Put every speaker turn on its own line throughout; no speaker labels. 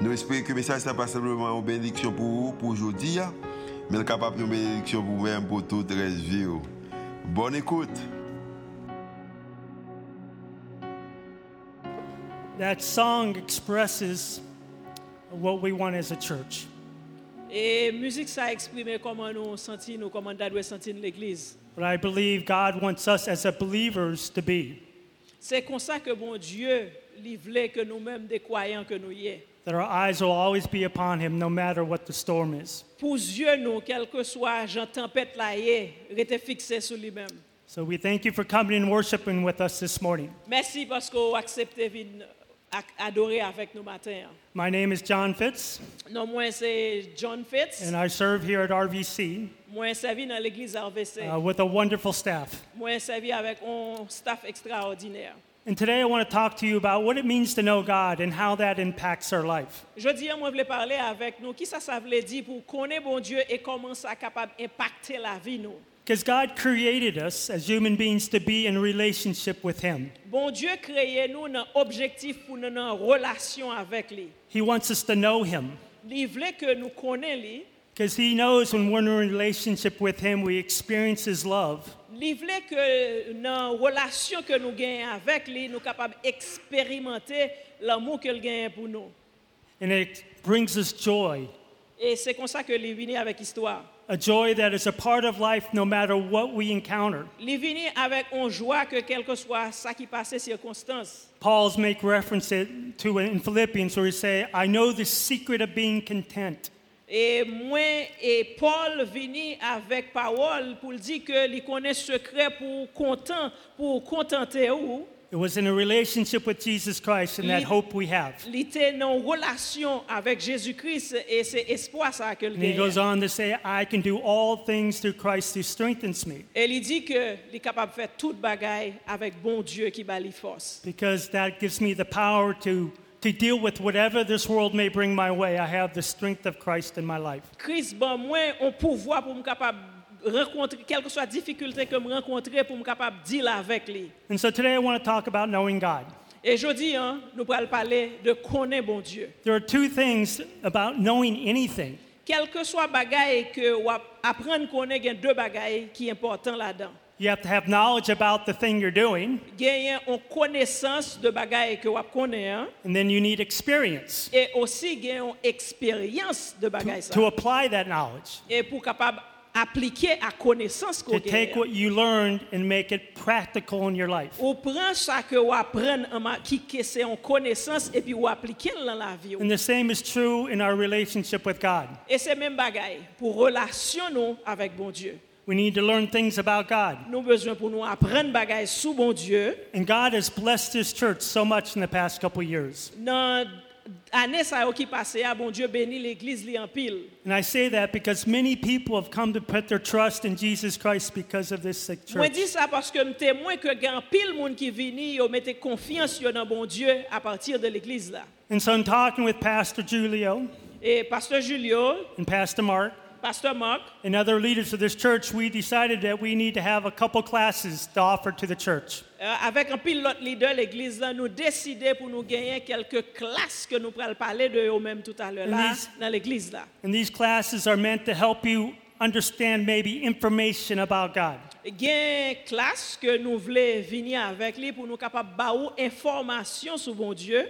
Nous espérons que le message n'est pas simplement une bénédiction pour vous, pour aujourd'hui, mais capable une bénédiction pour vous-même, pour toute la vie. Bonne écoute.
That song expresses what we want as a church.
Et musique ça exprime comment nous sentons, nous, comment nous devons sentir l'Église.
What I believe God wants us as a believers to be.
C'est comme ça que bon Dieu livré que nous-mêmes des croyants que nous y est.
That our eyes will always be upon Him no matter what the storm is.
Pour Dieu nous, quel que soit Jean tempête là y est, restez fixé sur lui-même.
So we thank you for coming and worshiping with us this morning.
Merci parce que vous acceptez de adorer avec nous matin.
My name is John Fitz,
Non, moi c'est John Fitz.
and I serve here at RVC
Moi servi dans l'église RVC.
uh, with a wonderful staff.
Moi servi avec un staff extraordinaire.
And today I want to talk to you about what it means to know God and how that impacts our life.
Je dis, moi, je voulais parler avec nous. Qui ça, ça voulait dire pour connaître bon Dieu et comment ça capable impacter la vie nous?
Because God created us as human beings to be in relationship with Him.
Bon Dieu créé nous dans objectif pour nous en relation avec lui.
He wants us to know Him
Il voulait que nous connaissions lui.
because He knows when we're in a relationship with Him, we experience His love.
Il voulait que dans relation que nous gagnons avec lui, nous capables expérimenter l'amour qu'il gagne pour nous.
And it brings us joy,
Et c'est comme ça que lui vient avec histoire.
a joy that is a part of life no matter what we encounter.
Il vient avec une joie que quel que soit ça qui passe circonstances.
Paul's make reference it- to it in Philippians where he say, I know the secret of being content.
Et moi et Paul vini avec parole pour dire que il connaît secret pour content pour contenter ou
It was in a relationship with Jesus Christ and that
Li-
hope we have.
il était en relation avec Jésus-Christ et c'est espoir ça que
And he
le
goes on to say, I can do all things through Christ who strengthens me.
Et il dit que il est capable de faire toute bagaille avec bon Dieu qui bat les forces.
because that gives me the power to, to deal with whatever this world may bring my way. I have the strength of Christ in my life.
Christ bon moi on pouvoir pour me capable rencontrer quelle que soit difficulté que me rencontrer pour me capable deal avec lui.
And so today I want to talk about knowing God.
Et je dis hein, nous allons parler de connaître bon Dieu.
There are two things about knowing anything
Quel que soit bagay que ou ap- apprendre qu'on est, il y a deux bagailles qui sont importantes là-dedans.
you have to have knowledge about the thing you're doing,
Il y a une connaissance de bagaille que vous connaissez hein,
and then you need experience
et aussi il y a une expérience de bagaille ça.
to apply that knowledge,
Et pour capable appliquer à connaissance qu'on
to take
gagne.
what you learned and make it practical in your life.
Ou prend ça que vous apprenez en ma- qui que c'est en connaissance et puis vous appliquez dans la vie. ou.
And the same is true in our relationship with God.
Et c'est même bagaille pour relation nous avec bon Dieu.
We need to learn things about God.
Nous besoin pour nous apprendre bagaille sous bon Dieu.
And God has blessed His church so much in the past couple years.
Dans l'année qui passait, ah, bon Dieu bénit l'église li en pile.
And I say that because many people have come to put their trust in Jesus Christ because of this sick
Moi
church.
dis ça parce que me témoin que grand pile monde qui vini yo mettez confiance yo dans bon Dieu à partir de l'église là.
And so I'm talking with Pastor Julio
Et pasteur Julio,
and Pastor Mark
pasteur Marc
and other leaders of this church. We decided that we need to have a couple classes to offer to the church.
euh, avec un pile l'autre leader l'église là nous décider pour nous gagner quelques classes que nous pral parler de eux même tout à l'heure là
Denise.
dans l'église là.
And these classes are meant to help you understand maybe information about God.
Gain classe que nous voulons venir avec lui pour nous capable ba ou information sur bon Dieu.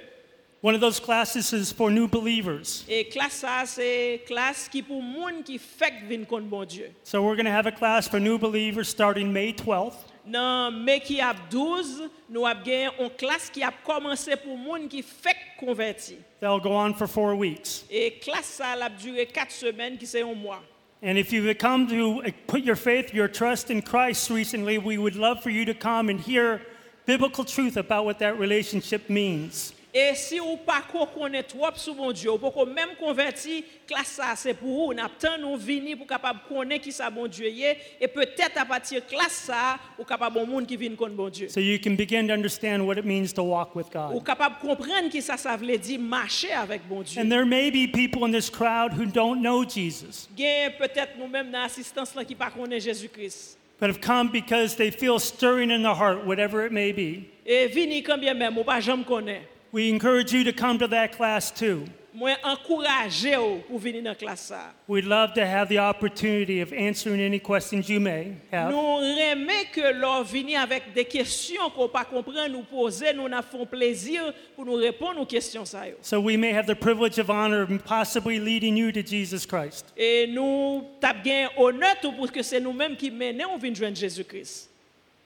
One of those classes is for new believers.
Et classe ça, c'est classe qui pour monde qui fait vin contre bon Dieu.
So we're going to have a class for new believers starting May 12th.
Dans mai qui a 12, nous avons gagné une classe qui a commencé pour monde qui fait converti.
That'll go on for four weeks.
Et classe ça, elle a duré 4 semaines qui c'est un mois.
And if you've come to uh, put your faith, your trust in Christ recently, we would love for you to come and hear biblical truth about what that relationship means.
E si ou pa ko konen trop sou bon Diyo, ou pou ko menm konverti, klas sa se pou ou, nap tan nou vini pou kapab konen ki sa bon Diyo ye, e petet apatir klas sa, ou kapab bon moun ki vin kon bon Diyo.
So you can begin to understand what it means to walk with
Ou
God.
kapab komprenn ki sa sa vle di mache avèk bon Diyo.
And there may be people in this crowd who don't know Jesus,
Gen peut-être nous-mêmes dans l'assistance là qui pas connaît Jésus-Christ.
but have come because they feel stirring in their heart, whatever it may be.
Et vini quand bien même, ou pas jamais connaît.
We encourage you to come to that class too.
Moi encourager ou pour venir dans classe ça.
We'd love to have the opportunity of answering any questions you may have.
Nous remet que l'on vini avec des questions qu'on pas comprend nous poser, nous n'a font plaisir pour nous répondre aux questions ça. yo.
So we may have the privilege of honor of possibly leading you to Jesus Christ.
Et nous tap gain honneur tout pour que c'est nous-mêmes qui menons on vient joindre Jésus-Christ.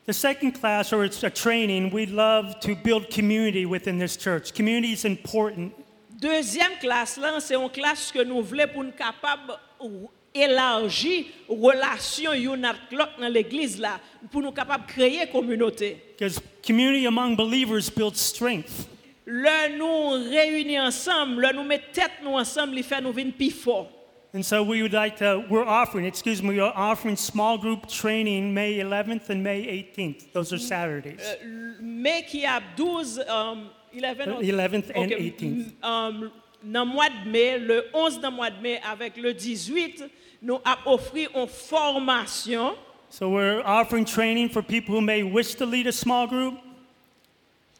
The second class, or it's a training, we love to build community within this church. Community is important.
Deuxième classe là, c'est une classe que nous voulons pour nous capable ou- élargir relation une avec l'autre dans l'église là, pour nous capable créer communauté.
Because community among believers builds strength.
Le nous réunir ensemble, le nous mettre tête nous ensemble, il fait nous venir plus fort.
And so we would like to, we're offering, excuse me, we're offering small group training May 11th and May 18th. Those are Saturdays.
Mais qui a 12 um,
Euh,
11
11th and
Ok,
18th.
m- um, dans le mois de mai, le 11 dans le mois de mai avec le 18, nous a offert une formation
So we're offering training for people who may wish to lead a small group,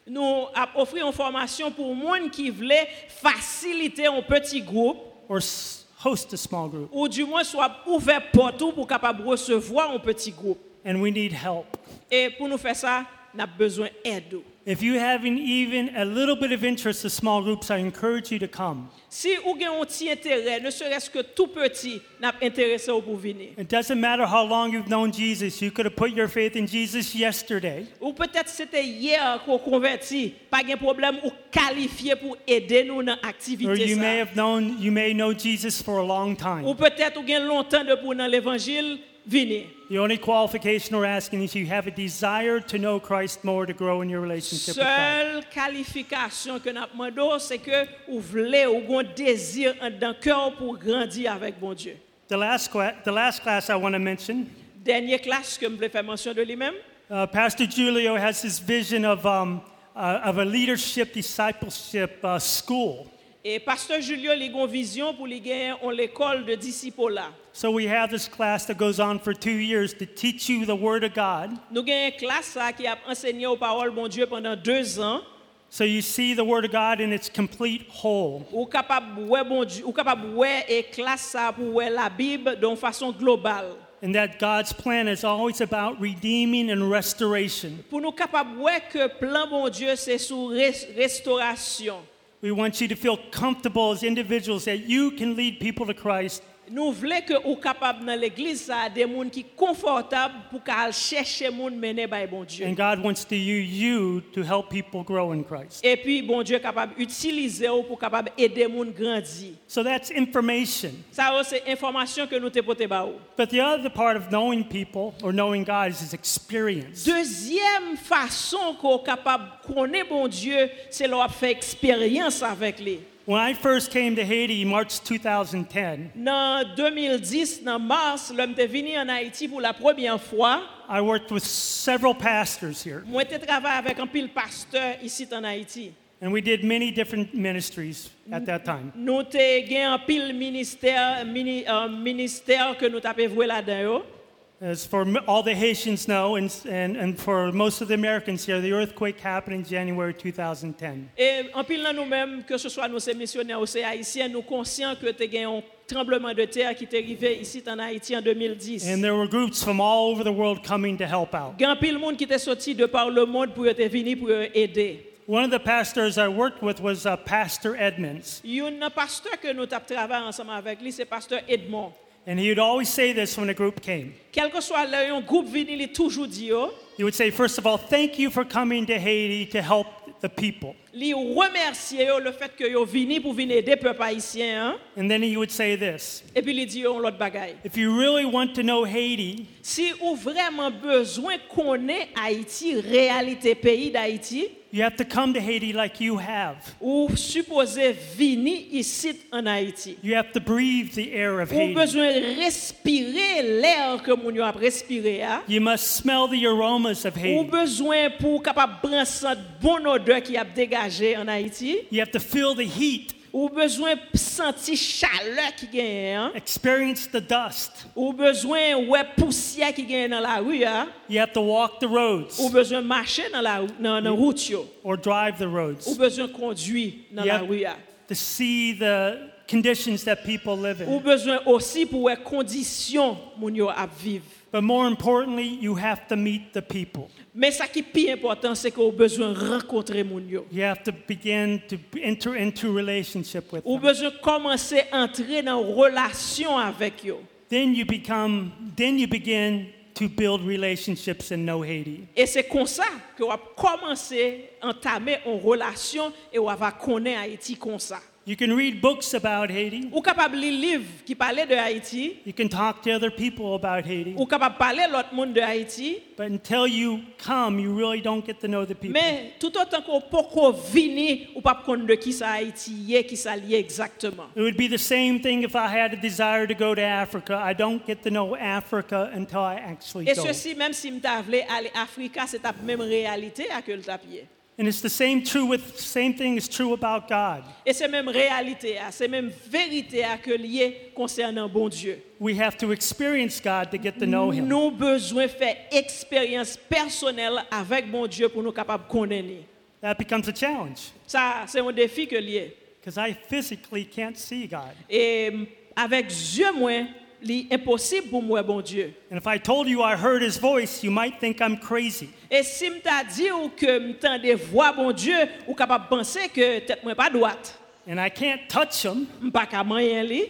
Nous offrons une formation pour gens qui voulaient faciliter un petit groupe
or s- host a small group.
ou du moins soit ouvert pour tout pour capable recevoir un petit groupe.
And we need help.
Et pour nous faire ça, nous avons besoin d'aide.
If you haven't even a little bit of interest in small groups, I encourage you to come.
Si vous avez un petit intérêt, ne serait-ce que tout petit, nous avons intéressé au pour venir.
It doesn't matter how long you've known Jesus, you could have put your faith in Jesus yesterday.
Ou peut-être c'était hier qu'on converti, pas de problème, ou qualifié pour aider nous dans
Or
l'activité.
you
ça.
may have known you may know Jesus for a long
Ou
time.
peut-être vous avez longtemps de pour dans l'évangile, venez.
The only qualification we're asking is you have a desire to know Christ more to grow in your relationship with God.
Seule qualification que nous demandons, c'est que vous voulez, vous avez un désir en dedans cœur pour grandir avec bon Dieu.
The last, cla- the last class I want to mention,
Dernière classe que je voulais faire mention de lui-même,
uh, Pastor Julio has this vision of, um, uh, of a leadership discipleship uh, school.
et Pasteur Julio, il a une vision pour les gagner en l'école de disciples là.
So we have this class that goes on for two years to teach you the Word of God.
Nous avons une classe là qui a enseigné aux paroles bon Dieu pendant deux ans.
So you see the Word of God in its complete whole.
Ou capable ouais bon Dieu, ou capable ouais et classe ça pour ouais la Bible d'une façon globale.
And that God's plan is always about redeeming and restoration.
Pour nous capable ouais que plan bon Dieu c'est sous res- restauration.
We want you to feel comfortable as individuals that you can lead people to Christ
Nous voulons que vous capable dans l'église ça des gens qui confortables pour qu'aller chercher monde mener par bon Dieu.
and God wants to use you to help people grow in Christ.
Et puis bon Dieu capable utiliser ou pour capable aider monde grandir.
So that's information.
Ça oh, c'est information que nous te oh. porter ba ou.
But the other part of knowing people or knowing God is his experience.
Deuxième façon qu'on capable connaître bon Dieu, c'est leur faire expérience avec lui.
When I first came to Haiti March 2010,
Dans 2010, dans mars, l'homme est venu en Haïti pour la première fois.
I worked with several pastors here
Moi, j'ai travaillé avec un pile pasteur ici en Haïti.
and we did many different ministries at that time.
Nous avons un pile ministère, mini- euh, ministère que nous avons voué là-dedans. yo.
As for m- all the Haitians know, and, and, and for most of the Americans here, the earthquake happened in January 2010.
Et en pile dans nous-mêmes, que ce soit nous ces missionnaires ou ces haïtiens, nous conscients que nous avons un tremblement de terre qui est arrivé ici en Haïti en 2010.
And there were groups from all over the world coming to help out.
Il y a un pile monde qui était sorti de par le monde pour être venu pour aider.
One of the pastors I worked with was uh, Pastor Edmonds.
Il y a un pasteur que nous avons travaillé ensemble avec lui, c'est pasteur Edmond.
And he would always say this when a group came.
Quel que soit le un groupe vini, il est toujours dit, yo,
He would say, first of all, thank you for coming to Haiti to help the people.
il remercie yo le fait que yo vini pour venir aider peuple haïtien. hein.
And then he would say this
Et puis il dit yo, l'autre bagaille.
If you really want to know Haiti,
Si ou vraiment besoin qu'on ait Haïti, réalité pays d'Haïti,
You have to come to Haiti like you have.
ou supposé venir ici en Haïti.
You have to breathe the air of
Ou
Haiti.
besoin respirer l'air que moun yo a respiré. hein?
You must smell the aromas of
Ou
Haiti.
besoin pour capable prendre cette bonne odeur qui a dégagé en Haïti.
You have to feel the heat,
Ou besoin sentir chaleur qui gagne. hein?
experience the dust.
Ou besoin ouais poussière qui gagne dans la rue. hein?
You have to walk the roads
Ou besoin marcher dans la dans, dans route. yo.
or drive the
Ou
roads
besoin conduire dans la
Yep.
rue. hein?
to see the conditions that people live
Ou
in.
besoin aussi pour les conditions moun yo a vivre.
But more importantly, you have to meet the people.
Mais ça qui est plus important, c'est qu'on a besoin de rencontrer moun yo.
You have to begin to enter into relationship with
Ou
them.
besoin de commencer à entrer dans une relation avec eux.
Then you become then you begin to build relationships and know Haiti.
Et c'est comme ça que va commencer à entamer une relation et on va connaître Haïti comme ça.
You can read books about Haiti.
Ou capable de lire livre qui parlait de Haïti,
You can talk to other people about Haiti.
ou capable de parler à l'autre monde de Haïti,
But until you come, you really don't get to know the people.
mais tout autant qu'on peut venir ou pas connaître de qui ça Haïti est, qui ça lié exactement.
It would be the same thing if I had a desire to go to Africa. I don't get to know Africa until I actually
Et
go.
ceci, même si je voulais aller en Afrique, c'est la même réalité à que le tapier.
And it's the same true with same thing is true about God.
Et c'est même réalité, hein, c'est même vérité à que lié concernant bon Dieu.
We have to experience God to get to know him.
Nous besoin faire expérience personnelle avec bon Dieu pour nous capables de connaître.
That becomes a challenge
Ça, c'est un défi que lié.
because I physically can't see God.
Et mm, avec Dieu, moi, c'est impossible pour moi, bon Dieu.
And if I told you I heard his voice, you might think I'm crazy.
Et si je t'a dit ou que m'entend des voix, bon Dieu, ou capable de penser que tête moi pas droite,
And I can't touch him.
m'pas qu'à moyen li.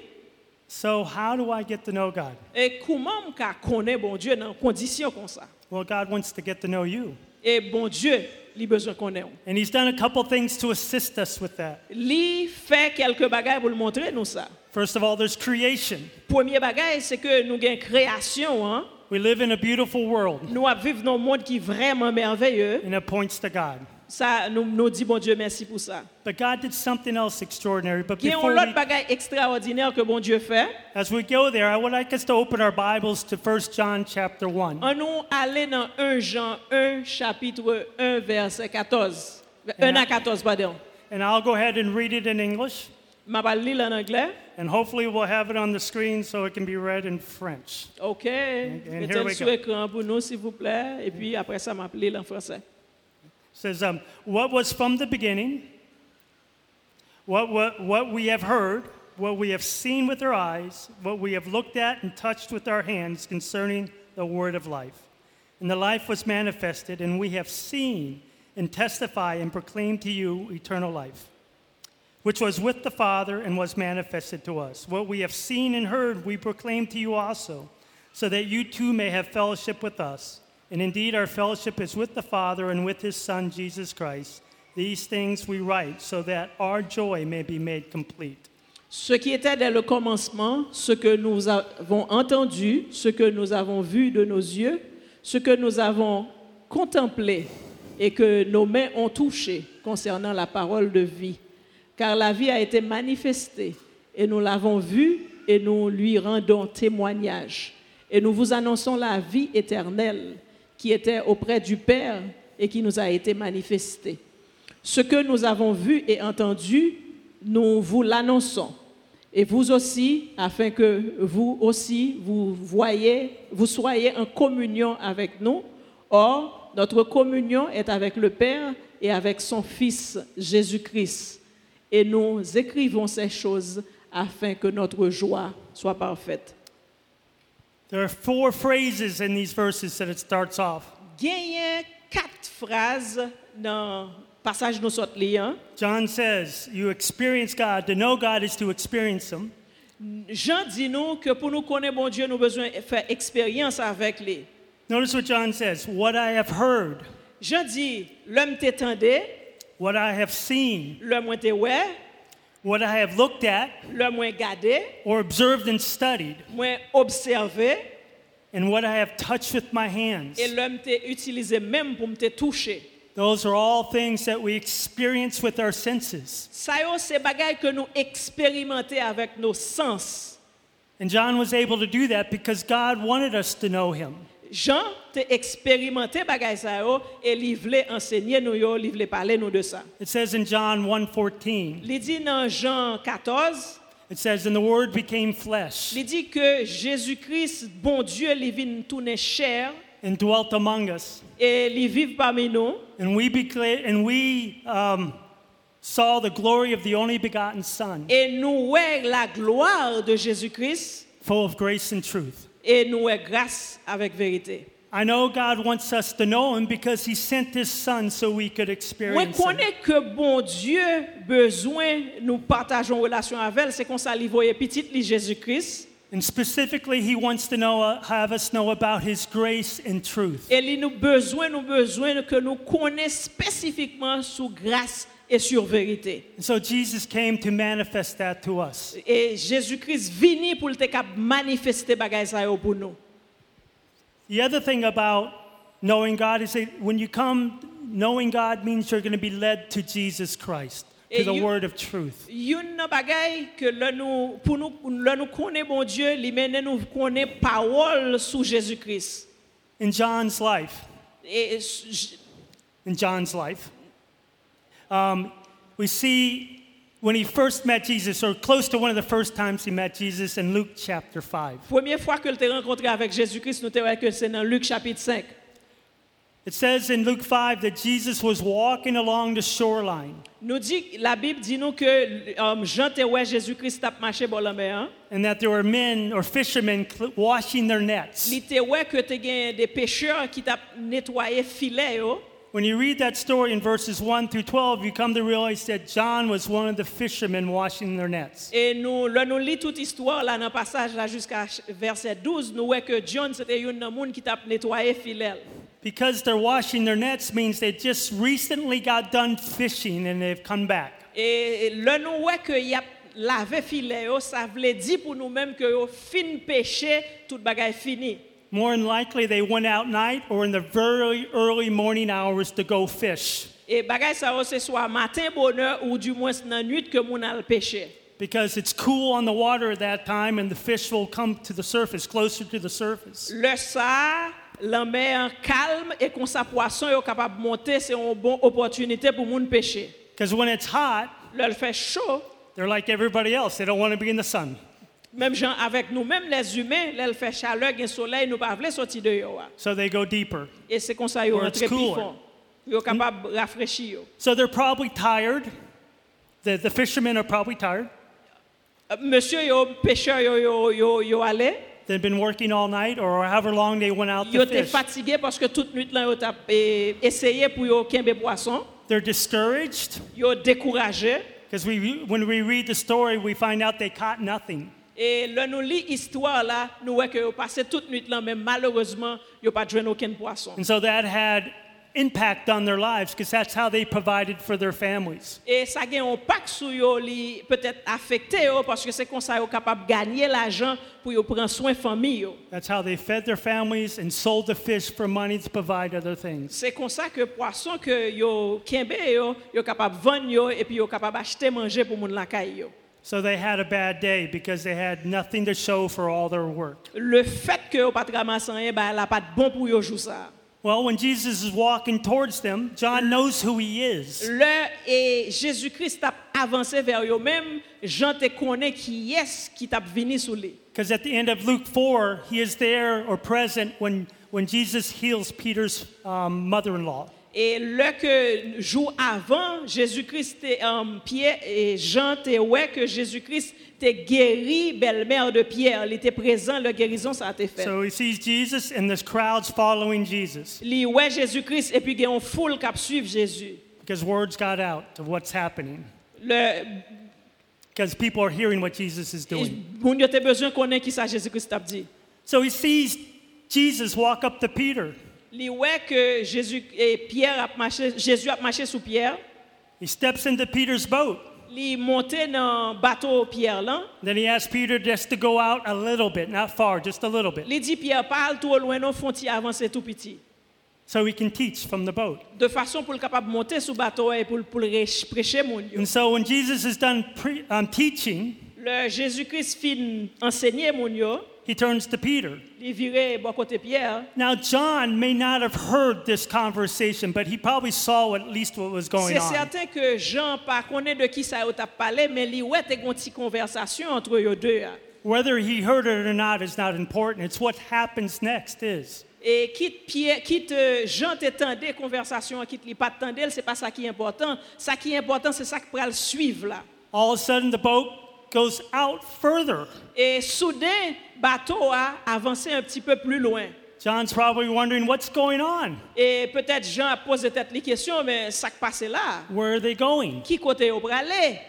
So how do I get to know God?
Et comment m'ka connaît bon Dieu dans conditions comme ça?
Well, God wants to get to know you.
Et bon Dieu, il besoin connaître.
And he's done a couple things to assist us with that.
Li fait quelques bagages pour le montrer nous ça.
First of all, there's creation.
Premier bagage, c'est que nous avons création. Hein?
We live in a beautiful world,
Nous vivons dans un monde qui est vraiment merveilleux.
and it points to God.
Ça, nous, nous disons, bon Dieu, merci pour ça.
But God did something else extraordinary. But
Il y a
before
un autre
we,
bagage extraordinaire que bon Dieu fait.
as we go there, I would like us to open our Bibles to 1 John chapter 1.
On nous aller dans 1 Jean 1, chapitre 1, verset 14.
Et
1
là-
à 14, pardon.
And I'll go ahead and read it in English,
Je vais lire en anglais.
and hopefully we'll have it on the screen so it can be read in French.
OK.
here
Mettez-le
we
sur
go.
écran pour nous, s'il vous plaît. Et puis après ça, je vais lire en français.
says, um, What was from the beginning, what, what, what we have heard, what we have seen with our eyes, what we have looked at and touched with our hands concerning the word of life. And the life was manifested, and we have seen and testify and proclaim to you eternal life, which was with the Father and was manifested to us. What we have seen and heard, we proclaim to you also, so that you too may have fellowship with us. And indeed, our fellowship is with the Father and with his Son, Jesus Christ. These things we write, so that our joy may be made complete.
Ce qui était dès le commencement, ce que nous avons entendu, ce que nous avons vu de nos yeux, ce que nous avons contemplé et que nos mains ont touché concernant la parole de vie. Car la vie a été manifestée et nous l'avons vue et nous lui rendons témoignage. Et nous vous annonçons la vie éternelle qui était auprès du Père et qui nous a été manifestée. Ce que nous avons vu et entendu, nous vous l'annonçons. Et vous aussi, afin que vous aussi, vous voyez, vous soyez en communion avec nous. Or, notre communion est avec le Père et avec son Fils Jésus-Christ. Et nous écrivons ces choses afin que notre joie soit parfaite.
There are four phrases in these verses that it starts off.
Gagnez quatre phrases dans le passage de notre lien.
John says, You experience God. To know God is to experience Him.
Jean dit nous que pour nous connaître bon Dieu, nous besoin faire expérience avec lui.
Notice what John says What I have heard,
Jean dit, l'homme t'étendait,
what I have seen,
l'homme moins t'est ouais,
what I have looked at
l'homme moins gardé,
or observed and studied,
moins observé,
and what I have touched with my hands.
et l'homme t'est utilisé même pour me te toucher.
Those are all things that we experience with our senses.
Sa yo se bagay ke nou eksperimente avèk nou sens.
And John was able to do that because God wanted us to know him.
Jean te eksperimente bagay sa yo e li vle ensegne nou yo, li vle pale nou de sa.
It says in John 1:14.
Li di nan Jean 14,
It says and the word became flesh
li di ke Jésus-Christ, bon Diyo, li vin toune chèr
and dwelt among us.
e li viv parmi nou.
And we becla- and we um, saw the glory of the only begotten son,
E nou wè la gloire de Jésus-Christ
full of grace and truth.
e nou wè grâce avèk verite.
I know God wants us to know him because he sent his son so we could
Mwen
experience him.
konen ke bon Diyo bezwen nou partajon relasyon avèl, se kon sa li voye pitit li Jésus-Christ,
And specifically, he wants to know, uh, have us know about his grace and truth.
e li nou bezwen nou bezwen ke nou konen spesifikman sou grâce et sur verite.
And so Jesus came to manifest that to us.
E Jésus-Christ vini pou lte kap manifeste bagay sa yo pou nou.
The other thing about knowing God is that when you come, knowing God means you're going to be led to Jesus Christ, to
Eh,
the
you-
word of truth.
Yon nan bagay ke lè nou, pou nou, lè nou konen bon Diyo, li menen nou konen parol sou Jésus-Christ.
In John's life,
E s- j-
in John's life, um, we see when he first met Jesus, or close to one of the first times he met Jesus, in Luke chapter 5.
Premier fwa ke l te renkontre avèk Jésus-Christ, nou te wè ke se nan Luke chapit 5.
It says in Luke 5 that Jesus was walking along the shoreline.
Nou di, la Bib di nou ke um, Jean te wè Jésus-Christ tap mache bol an mer. hein.
and that there were men or fishermen cl- washing their nets.
Li te wè ke te gen de pêcheurs ki tap netwaye filet yo.
When you read that story in verses 1 through 12, you come to realize that John was one of the fishermen washing their nets.
E nou, lè nou li tout istwa la nan pasaj la jusqu'a ch- verset 12, nou wè ke John se te yon nan moun ki tap netwaye filet.
Because they're washing their nets means they just recently got done fishing and they've come back.
E lè nou wè ke yap lave filet yo, sa vle di pou nou mèm ke yo fin pêche, tout bagay fini.
More than likely, they went out night or in the very early morning hours to go fish
E bagay sa yo se swa matin bonheur ou du mwen nan nuit ke moun al peche.
because it's cool on the water at that time and the fish will come to the surface, closer to the surface.
Le sa, la mer kalm e kon sa poason yo kapab monte se yon bon opotunite pou moun peche.
Because when it's hot,
Le l fè chou,
they're like everybody else, they don't want to be in the sun.
mèm jan avèk nou, mèm les humen, le l fè chale gen soley nou pa vle soti de yo a.
So they go deeper.
E se kon sa yo
Or it's
rentre pi
cooler.
fon. Yo kapab rafrechi yo.
So they're probably tired. The, the fishermen are probably tired.
Euh, Monsieur yo, pecheur yo yo, yo, yo ale,
They've been working all night or however long they went out to
yo te
fish.
fatige paske tout nuit lan yo tap e, eseye pou yo kenbe poason.
They're discouraged
yo découragé.
because we, when we read the story, we find out they caught nothing.
Et là, nous lit histoire là, nous voyons que yo passé toute nuit là, mais malheureusement, yo pas joué aucun poisson.
And so that had impact on their lives because that's how they provided for their families.
Et ça a un pack sur yo, li peut-être affecté yo, parce que c'est comme ça yo capable de gagner l'argent pour yo prendre soin de famille yo.
That's how they fed their families and sold the fish for money to provide other things.
C'est comme ça que poisson que yo kembe yo, yo capable vendre yo et puis yo capable acheter manger pour moun la caille yo.
So they had a bad day because they had nothing to show for all their work.
Le fait que yo pas ramassé rien, ben la pas de bon pour yo jouer ça.
Well, when Jesus is walking towards them, John knows who he is.
Le et Jésus-Christ t'a avancé vers eux-mêmes, Jean te connaît qui est qui t'a venu sous lui.
Because at the end of Luke 4, he is there or present when, when Jesus heals Peter's um, mother in law.
Et le que jour avant, Jésus-Christ te, um, Pierre et Jean te ouais que Jésus-Christ te guéri belle-mère de Pierre, il était présent, la guérison ça a été fait.
So he sees Jesus and this crowd's following Jesus
Li ouais Jésus-Christ et puis il y a une foule qui suivre Jésus.
because words got out of what's happening.
Le
Because people are hearing what Jesus is doing.
moun yo te besoin connaître qui ça Jésus-Christ t'a dit.
So he sees Jesus walk up to Peter.
Li ouais que Jésus et Pierre a marché, Jésus a marché sous Pierre.
He steps into Peter's boat.
Li monte nan bato Pierre lan,
Then he asks Peter just to go out a little bit, not far, just a little bit.
li di Pierre pal tou loin nou fonti avanse tou piti.
so he can teach from the boat.
De façon pour le capable monter sous bateau et pour pour le ré- prêcher mon Dieu.
And so when Jesus is done pre- um, teaching,
Le Jésus-Christ fin enseigner mon Dieu,
he turns to Peter.
il virait bon côté Pierre.
Now, John may not have heard this conversation, but he probably saw at least what was going
C'est
on.
certain que Jean pas connaît de qui ça t'a parlé mais il ouais t'es une petite conversation entre eux deux. hein.
Whether he heard it or not is not important. It's what happens next is.
Et quitte Pierre, quitte euh, Jean t'étendait conversation, quitte lui pas t'étendait, c'est pas ça qui est important. Ça qui est important, c'est ça qui pourra le suivre là.
All of a sudden, the boat goes out further.
Et soudain, bateau a avancé un petit peu plus loin.
John's probably wondering what's going on.
Et peut-être Jean a posé peut-être les questions, mais ça qui passait là.
Where are they going?
Qui côté au aller?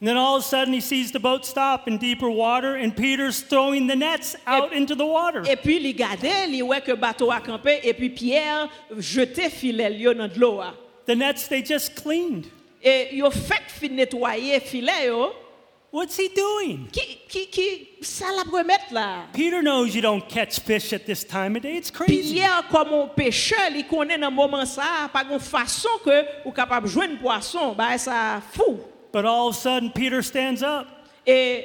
And then all of a sudden, he sees the boat stop in deeper water, and Peter's throwing the nets out into the water.
Et puis il gardait, il ouais que bateau a campé, et puis Pierre jetait filet yo dans de l'eau. a.
The nets they just cleaned.
Et yo fait fin nettoyer filet yo.
What's he doing?
Qui qui qui ça la remettre là?
Peter knows you don't catch fish at this time of day. It's crazy.
Pierre, comme un pêcheur, il connaît dans le moment ça, pas de façon que vous capable de jouer un poisson, bah, ça fou.
But all of a sudden, Peter stands up.
Et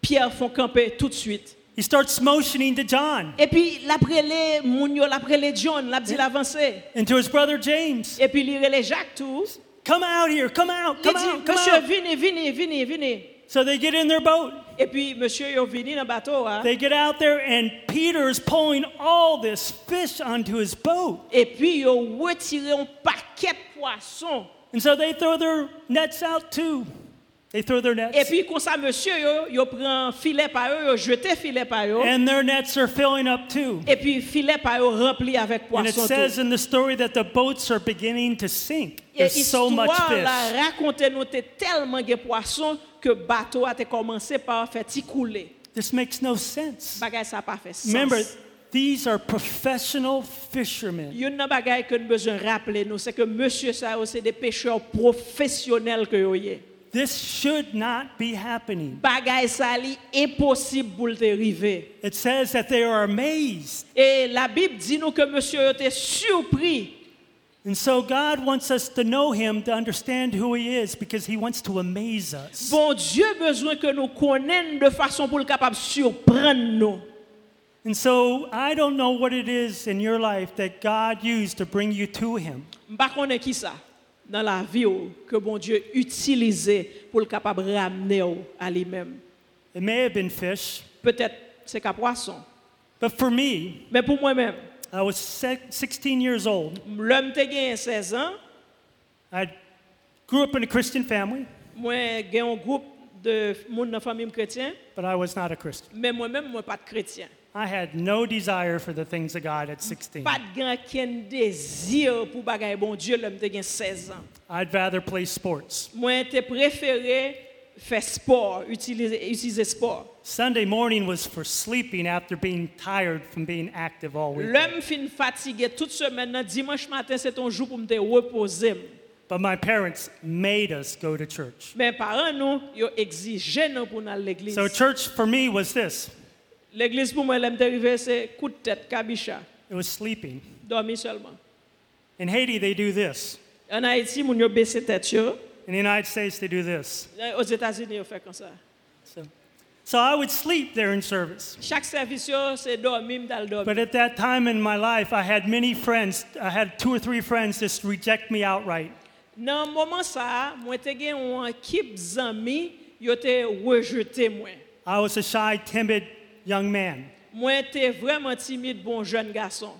Pierre font camper tout de suite.
He starts motioning to John
Et puis, l'après les Mounio, l'après les John, l'a dit l'avancée.
and to his brother James.
Et puis, il les Jacques tout.
Come out here, come out,
Il
come
dit,
out, come
monsieur,
out.
venez, venez, venez, venez.
So they get in their boat.
Et puis, monsieur, il est venu dans le bateau. hein.
They get out there, and Peter is pulling all this fish onto his boat.
Et puis, il a retiré un paquet de poissons.
And so they throw their nets out too. They throw their
Et
nets.
puis, comme ça, monsieur, yo, yo prend filet par eux, yo jeté filet par eux.
And their nets are filling up too.
Et puis filet par eux rempli avec
And it
poisson.
says
tout.
in the story that the boats are beginning to sink.
Et
There's so much
histoire
fish.
la raconter nous t'es tellement de poissons que bateau a été commencé par faire t'y couler.
This makes no sense.
Bagay ça pas fait sens.
Remember, these are professional fishermen.
Yon nan bagay que nous besoin rappeler nous, c'est que monsieur ça yo, c'est des pêcheurs professionnels que yo yé.
This should not be happening.
Bagay ça li impossible pour le arriver.
It says that they are amazed.
Et la Bible dit nous que monsieur était surpris.
And so God wants us to know him, to understand who he is, because he wants to amaze us.
Bon Dieu besoin que nous connaissions de façon pour le capable surprendre nous.
And so I don't know what it is in your life that God used to bring you to him.
Mpa konen ki sa nan la vi ou ke bon Diyo utilize pou l kapab ramene ou a li mem.
It may have been fish,
Petet se ka poason.
but for me,
Men pou mwen men,
I was se- 16 years old.
lèm te gen 16 an,
I grew up in a Christian family,
mwen gen yon group de moun nan famim kretyen,
but I was not a Christian.
men mwen men mwen pat kretyen.
I had no desire for the things of God at 16.
Pat gen ken dezir pou bagay bon Diyo lèm te gen 16 an.
I'd rather play sports.
Mwen te prefere fè sport, utilize, utilize sport.
Sunday morning was for sleeping after being tired from being active all week.
Lèm fin fatige tout semen nan, dimanche matin se ton jou pou mte repose m.
But my parents made us go to church.
Men paran nou, yo exije nou pou nan l'eglise.
So church for me was this.
L'eglise pou mwen lem derive se kou de tèt, kabisha,
It was sleeping.
dormi seulement.
In Haiti they do this.
En Haïti, moun yo bese tèt yo.
In the United States they do this.
Eh, Aux Etats-Unis, yo fè kon sa.
So, so I would sleep there in service.
Chak servis yo, se dormi mdal dormi.
But at that time in my life I had many friends, I had two or three friends just reject me outright.
Nan mouman sa, mwen te gen yon ekip zami, yo te rejete mwen.
I was a shy, timid young man.
Mwen te vreman timide bon jen gason.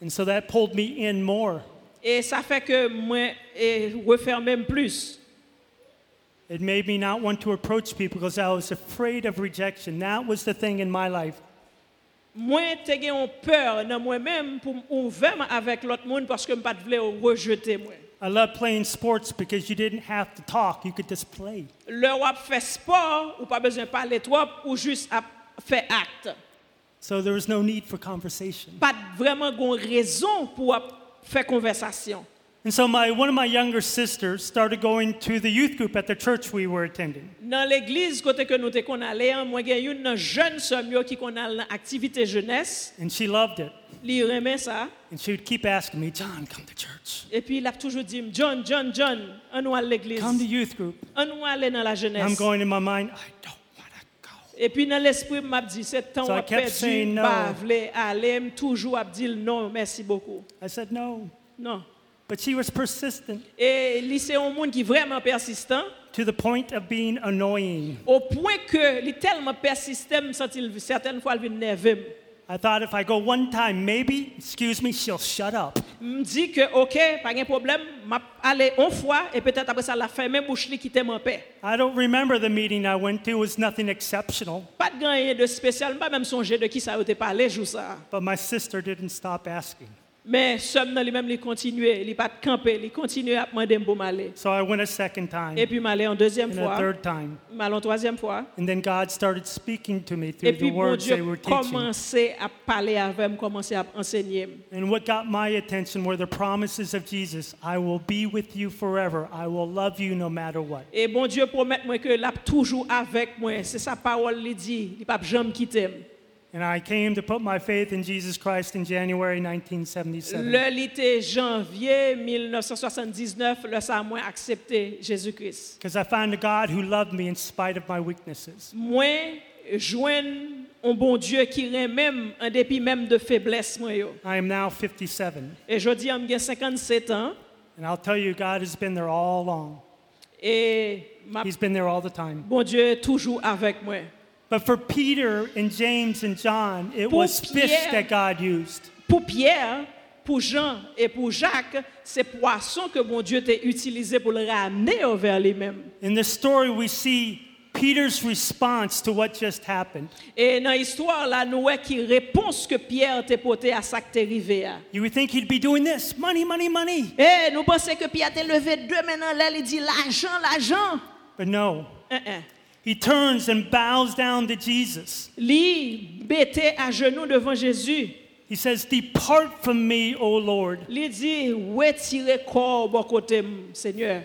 And so that pulled me in more.
E sa fè ke mwen eh, referme m plus.
It made me not want to approach people because I was afraid of rejection. That was the thing in my life.
Mwen te gen yon peur nan mwen men pou m ouveman avèk lot moun paske m pat vle ou rejete mwen.
I loved playing sports because you didn't have to talk, you could just play.
Le wap fè sport ou pa bezwen pale trop ou jist ap fè akte.
So there was no need for conversation.
Pat vreman gon rezon pou wap fè konversasyon.
And so my, one of my younger sisters started going to the youth group at the church we were attending.
Nan l'egliz kote ke nou te kon ale an, mwen gen yon nan jen semyo ki kon al nan aktivite jenes,
And she loved it.
Li remen sa. e
And she would keep asking me, John, come to church.
Et puis il a toujours dit, John, John, John, on nous à l'église.
Come to youth group.
On nous aller dans la
And I'm
jeunesse.
going in my mind, I don't want to go.
Et puis dans l'esprit, m'a dit, c'est temps
So I
à
kept
perdu,
saying no.
pas vle aller, m'a toujours a dit non, merci beaucoup.
I said, no.
Non.
But she was persistent
Et li c'est un monde qui vraiment persistant,
to the point of being annoying.
au point que li tellement persistant, me senti le- certaines fois il vient nerveux.
I thought if I go one time, maybe, excuse me, she'll shut up.
Me dit que OK, pas de problème, m'a aller une fois et peut-être après ça la fermer bouche li quitter en paix.
I don't remember the meeting I went to, it was nothing exceptional,
Pas de rien de spécial, pas même songer de qui ça a parlé jour ça.
but my sister didn't stop asking.
Mais somme nan li même li continuer, li pas de camper, li continuer à demander m'bo m'aller.
So I went a second time,
Et puis m'aller en deuxième
and a
fois,
third time.
m'aller en troisième fois.
And then God started speaking to me
Et
through
puis
the
bon
words they were
Dieu
teaching.
commençait à parler avec moi, commençait à enseigner. moi.
And what got my attention were the promises of Jesus I will be with you forever, I will love you no matter what.
Et bon Dieu promet moi que l'a toujours avec moi. C'est sa parole lui dit, il pas jamais quitter. moi.
And I came to put my faith in Jesus Christ in January 1977.
Le l'été janvier 1979, le ça moi accepté Jésus-Christ.
Because I found a God who loved me in spite of my weaknesses.
Moi joindre un bon Dieu qui est même en dépit même de faiblesse moi yo.
I am now 57.
Et je dis j'ai 57 ans
And I'll tell you, God has been there all along.
et ma-
He's been there all the time.
bon Dieu est toujours avec moi.
But for Peter and James and John, it
Pour
was fish
Pierre.
that God used.
Pour Pierre, pour Jean et pour Jacques, c'est poisson que bon Dieu t'a utilisé pour le ramener vers lui-même.
In this story, we see Peter's response to what just happened.
Et dans l'histoire, là, nous voyons qui réponse que Pierre t'a porté à ça que t'es arrivé. à.
You would think he'd be doing this money, money, money.
Eh, nous pensons que Pierre t'a levé deux maintenant, là, il dit l'argent, l'argent.
But no,
Hein, hein.
he turns and bows down to Jesus.
Lui, bêté à genoux devant Jésus,
He says, Depart from me, O Lord,
il dit retirez corps bon côté, m, Seigneur,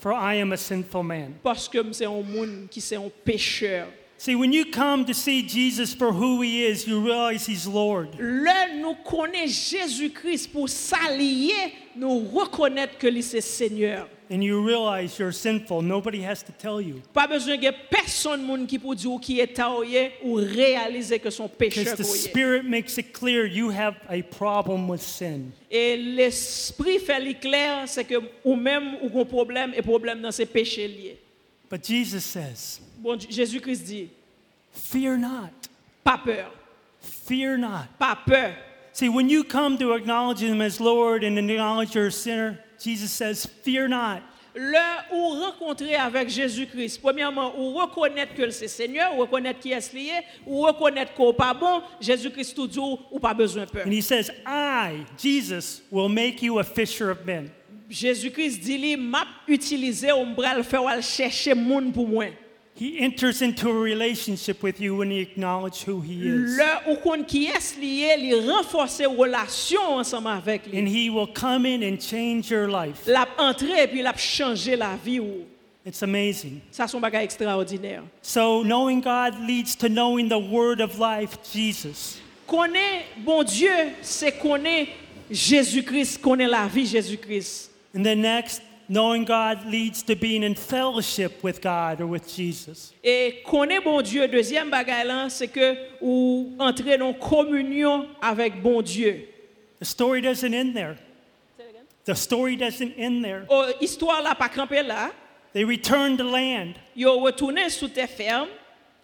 for I am a sinful man.
parce que m, c'est un monde qui c'est un pécheur.
See, when you come to see Jesus for who he is, you realize he's Lord.
Là, nous connaissons Jésus-Christ pour s'allier, nous reconnaître que lui c'est Seigneur.
And you realize you're sinful. Nobody has to tell you.
Pas besoin que personne moun qui pour dire qui est taouye ou réaliser que son pécheur
Because the Spirit makes it clear you have a problem with sin.
Et l'esprit fait li clair, c'est que ou même ou un problème et problème dans ses péchés liés.
But Jesus says,
Bon, Dieu- Jésus-Christ dit,
Fear not.
pas peur,
Fear not.
pas peur.
See, when you come to acknowledge him as Lord and acknowledge you're a sinner, Jesus says, Fear not.
Le ou rencontrer avec Jésus-Christ, premièrement, ou reconnaître que c'est Seigneur, ou reconnaître qui est lié, ou reconnaître qu'on pas bon, Jésus-Christ tout dit ou pas besoin peur.
And he says, I, Jesus, will make you a fisher of men.
Jésus-Christ dit li, m'a utilisé ou m'bral faire ou al chercher moun pour moi.
He enters into a relationship with you when you acknowledge who he is.
Le ou kon qui est lié, li renforcer relation ensemble avec lui.
And he will come in and change your life.
l'a entré et puis l'a changé la vie ou
It's amazing.
ça son bagage extraordinaire
So, knowing God leads to knowing the word of life, Jesus.
connaît bon Dieu c'est connaît Jésus-Christ connaît la vie Jésus-Christ
And then next, knowing God leads to being in fellowship with God or with Jesus.
et connaît bon Dieu deuxième bagage là c'est que ou entrer en communion avec bon Dieu
The story doesn't end there. The story doesn't end there.
oh, histoire là pas camper là
They return to land.
yo retourné sous tes fermes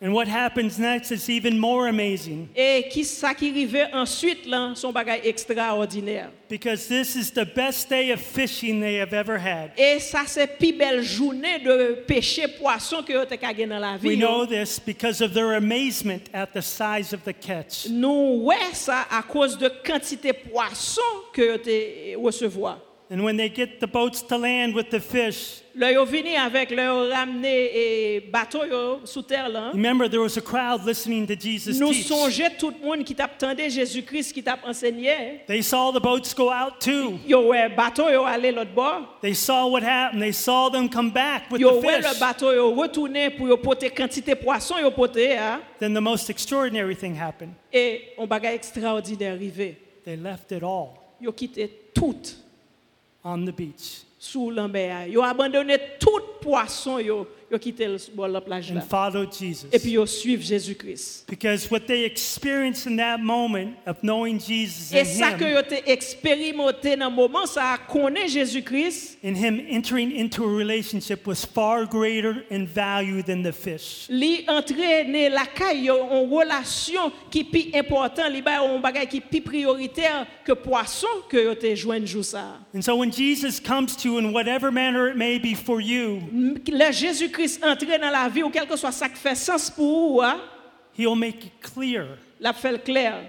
And what happens next is even more amazing
et qui ça qui arrivait ensuite là son bagage extraordinaire
because this is the best day of fishing they have ever had.
et ça c'est plus belle journée de pêcher poisson que yo t'es gagné dans la vie
We
yo.
know this because of their amazement at the size of the catch.
Nous ouais ça à cause de quantité de poissons que tu recevoir.
And when they get the boats to land with the fish,
Là, ils venu avec leur ramené et bateau yo, sous terre là.
remember there was a crowd listening to Jesus
Nous
teach.
songeons tout le monde qui t'attendait Jésus-Christ qui t'a enseigné. hein.
They saw the boats go out too.
Yo ouais bateau yo aller l'autre bord.
They saw what happened. They saw them come back with
Yo
the
ouais
fish.
le bateau yo retourné pour yo porter quantité de poissons yo porter hein.
Then the most extraordinary thing happened.
et on bagage extraordinaire arrivé.
They left it all
Yo quitté tout
on the beach.
sous l'ambert. Yo abandonné tout poisson yo, yo quitté le bord de la plage
and
là.
followed Jesus.
Et puis yo suivent Jésus-Christ.
because what they experienced in that moment of knowing Jesus
Et
and
ça
him,
que yo te expérimenté dans le moment ça connaît Jésus-Christ,
in him entering into a relationship was far greater in value than the fish.
li entraîner la caille yo en relation qui plus important, li ba un bagage qui plus prioritaire que poisson que yo te joindre jour ça.
And so when Jesus comes to you in whatever manner it may be for you,
Le Jésus-Christ entrer dans la vie ou quel que soit ça qui fait sens pour vous, hein,
he'll make it clear
la fait clair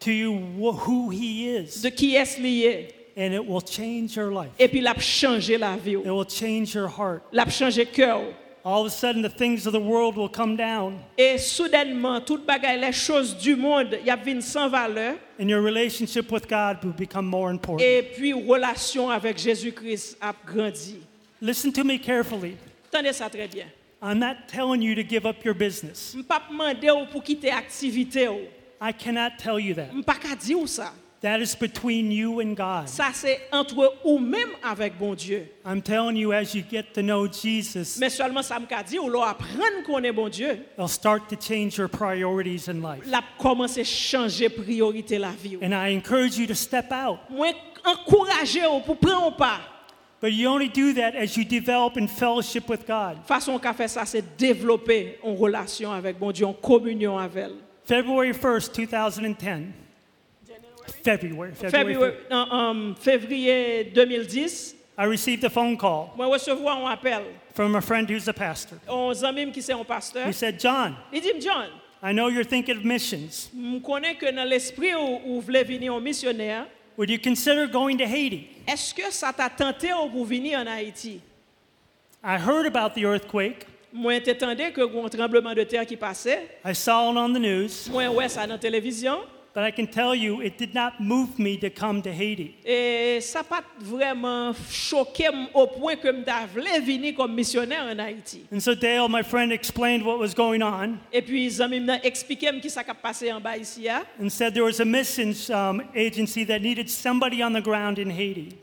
to you wh- who he is
de qui est lié
and it will change your life.
et puis l'a changé la vie. ou.
It will change your heart.
L'a changé cœur. ou.
All of a sudden the things of the world will come down
Et soudainement, toutes bagaille, les choses du monde, y a vint sans valeur.
and your relationship with God will become more important.
Et puis, relation avec Jésus-Christ a grandi.
Listen to me carefully.
Tenez ça très bien.
I'm not telling you to give up your business.
Je ne pas demander ou pour quitter activité. ou.
I cannot tell you that.
Je ne pas qu'à dire ou ça.
That is between you and God.
Ça, c'est entre ou même avec bon Dieu.
I'm telling you, as you get to know Jesus,
Mais seulement ça me qu'a dit ou l'on apprendre qu'on est bon Dieu.
it'll start to change your priorities in life.
L'a commencé à changer priorité la vie. ou.
And I encourage you to step out.
Moi, encourager ou pour prendre un pas.
But you only do that as you develop in fellowship with God.
façon qu'a fait ça, c'est développer en relation avec bon Dieu, en communion avec elle.
February 1st, 2010. February, February.
Février,
1st,
en février 2010,
I received a phone call
moi recevoir un appel.
from a friend who's a pastor.
Un ami qui c'est un pasteur.
He said, John,
Il dit, John,
I know you're thinking of missions.
je connais que dans l'esprit où, où vous voulez venir en missionnaire,
Would you consider going to Haiti?
est-ce que ça t'a tenté ou pour venir en Haïti?
I heard about the earthquake.
Moi, t'étendais que un tremblement de terre qui passait.
I saw it on the news,
Moi, ouais, ça dans la télévision.
but I can tell you it did not move me to come to Haiti.
Et ça pas vraiment choqué m au point que je voulais venir comme missionnaire en Haïti.
And so Dale, my friend, explained what was going on
Et puis, zami m'nan expliqué m qui ça a passé en bas ici. ah.
and said there was a missions um, agency that needed somebody on the ground in Haiti.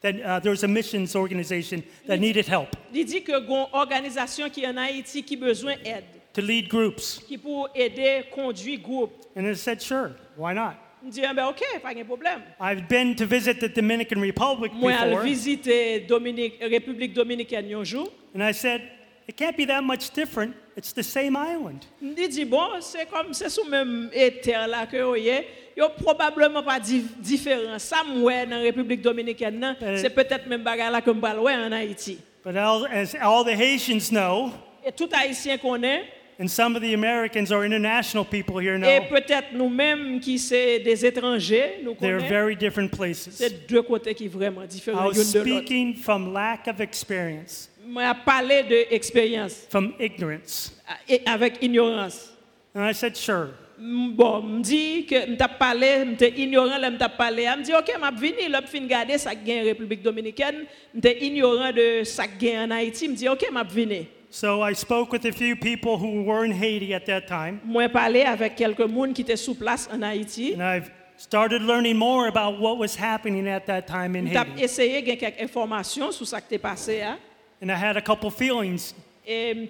That uh, there was a missions organization that needed help
Il dit que gon organisation qui en Haïti qui besoin aide,
to lead groups.
qui pour aider conduire groupe.
And I said, sure, why not?
Je dis ah, ben OK, pas de problème.
I've been to visit the Dominican Republic
Moi
before,
al visiter Dominique République dominicaine un jour.
and I said, it can't be that much different. It's the same island.
Il dit bon, c'est comme c'est sous même eh, terre là que vous voyez. Yo probablement pas di- différent. Ça moi dans République dominicaine nan,
Ben-
c'est peut-être même bagarre là que me parle en Haïti.
But all, as all the Haitians know,
Et tout haïtien connaît
And some of the Americans or international people here
Et
know
peut-être nous-mêmes qui sommes des étrangers, nous
they're
connaissons.
very different places.
C'est deux côtés qui sont vraiment
I
différents
was
l'une de l'autre.
speaking from lack of experience,
Moi, je parlé d'expérience
from ignorance.
et avec ignorance.
And I said, sure.
M- Bon, je dis que je parlé, je suis ignorant, je suis parlé. Je dis, OK, je suis venu, je suis regarder ça qui est en République dominicaine. Je suis ignorant de ça qui est en Haïti. Je dis, OK, je suis venu.
So I spoke with a few people who were in Haiti at that time,
Moi, parlé avec quelques personnes qui étaient sous place en Haïti.
and I've started learning more about what was happening at that time in
J'ai
Haiti.
essayé de gagner quelques informations sur ce qui est passé. hein.
And I had a couple feelings
Et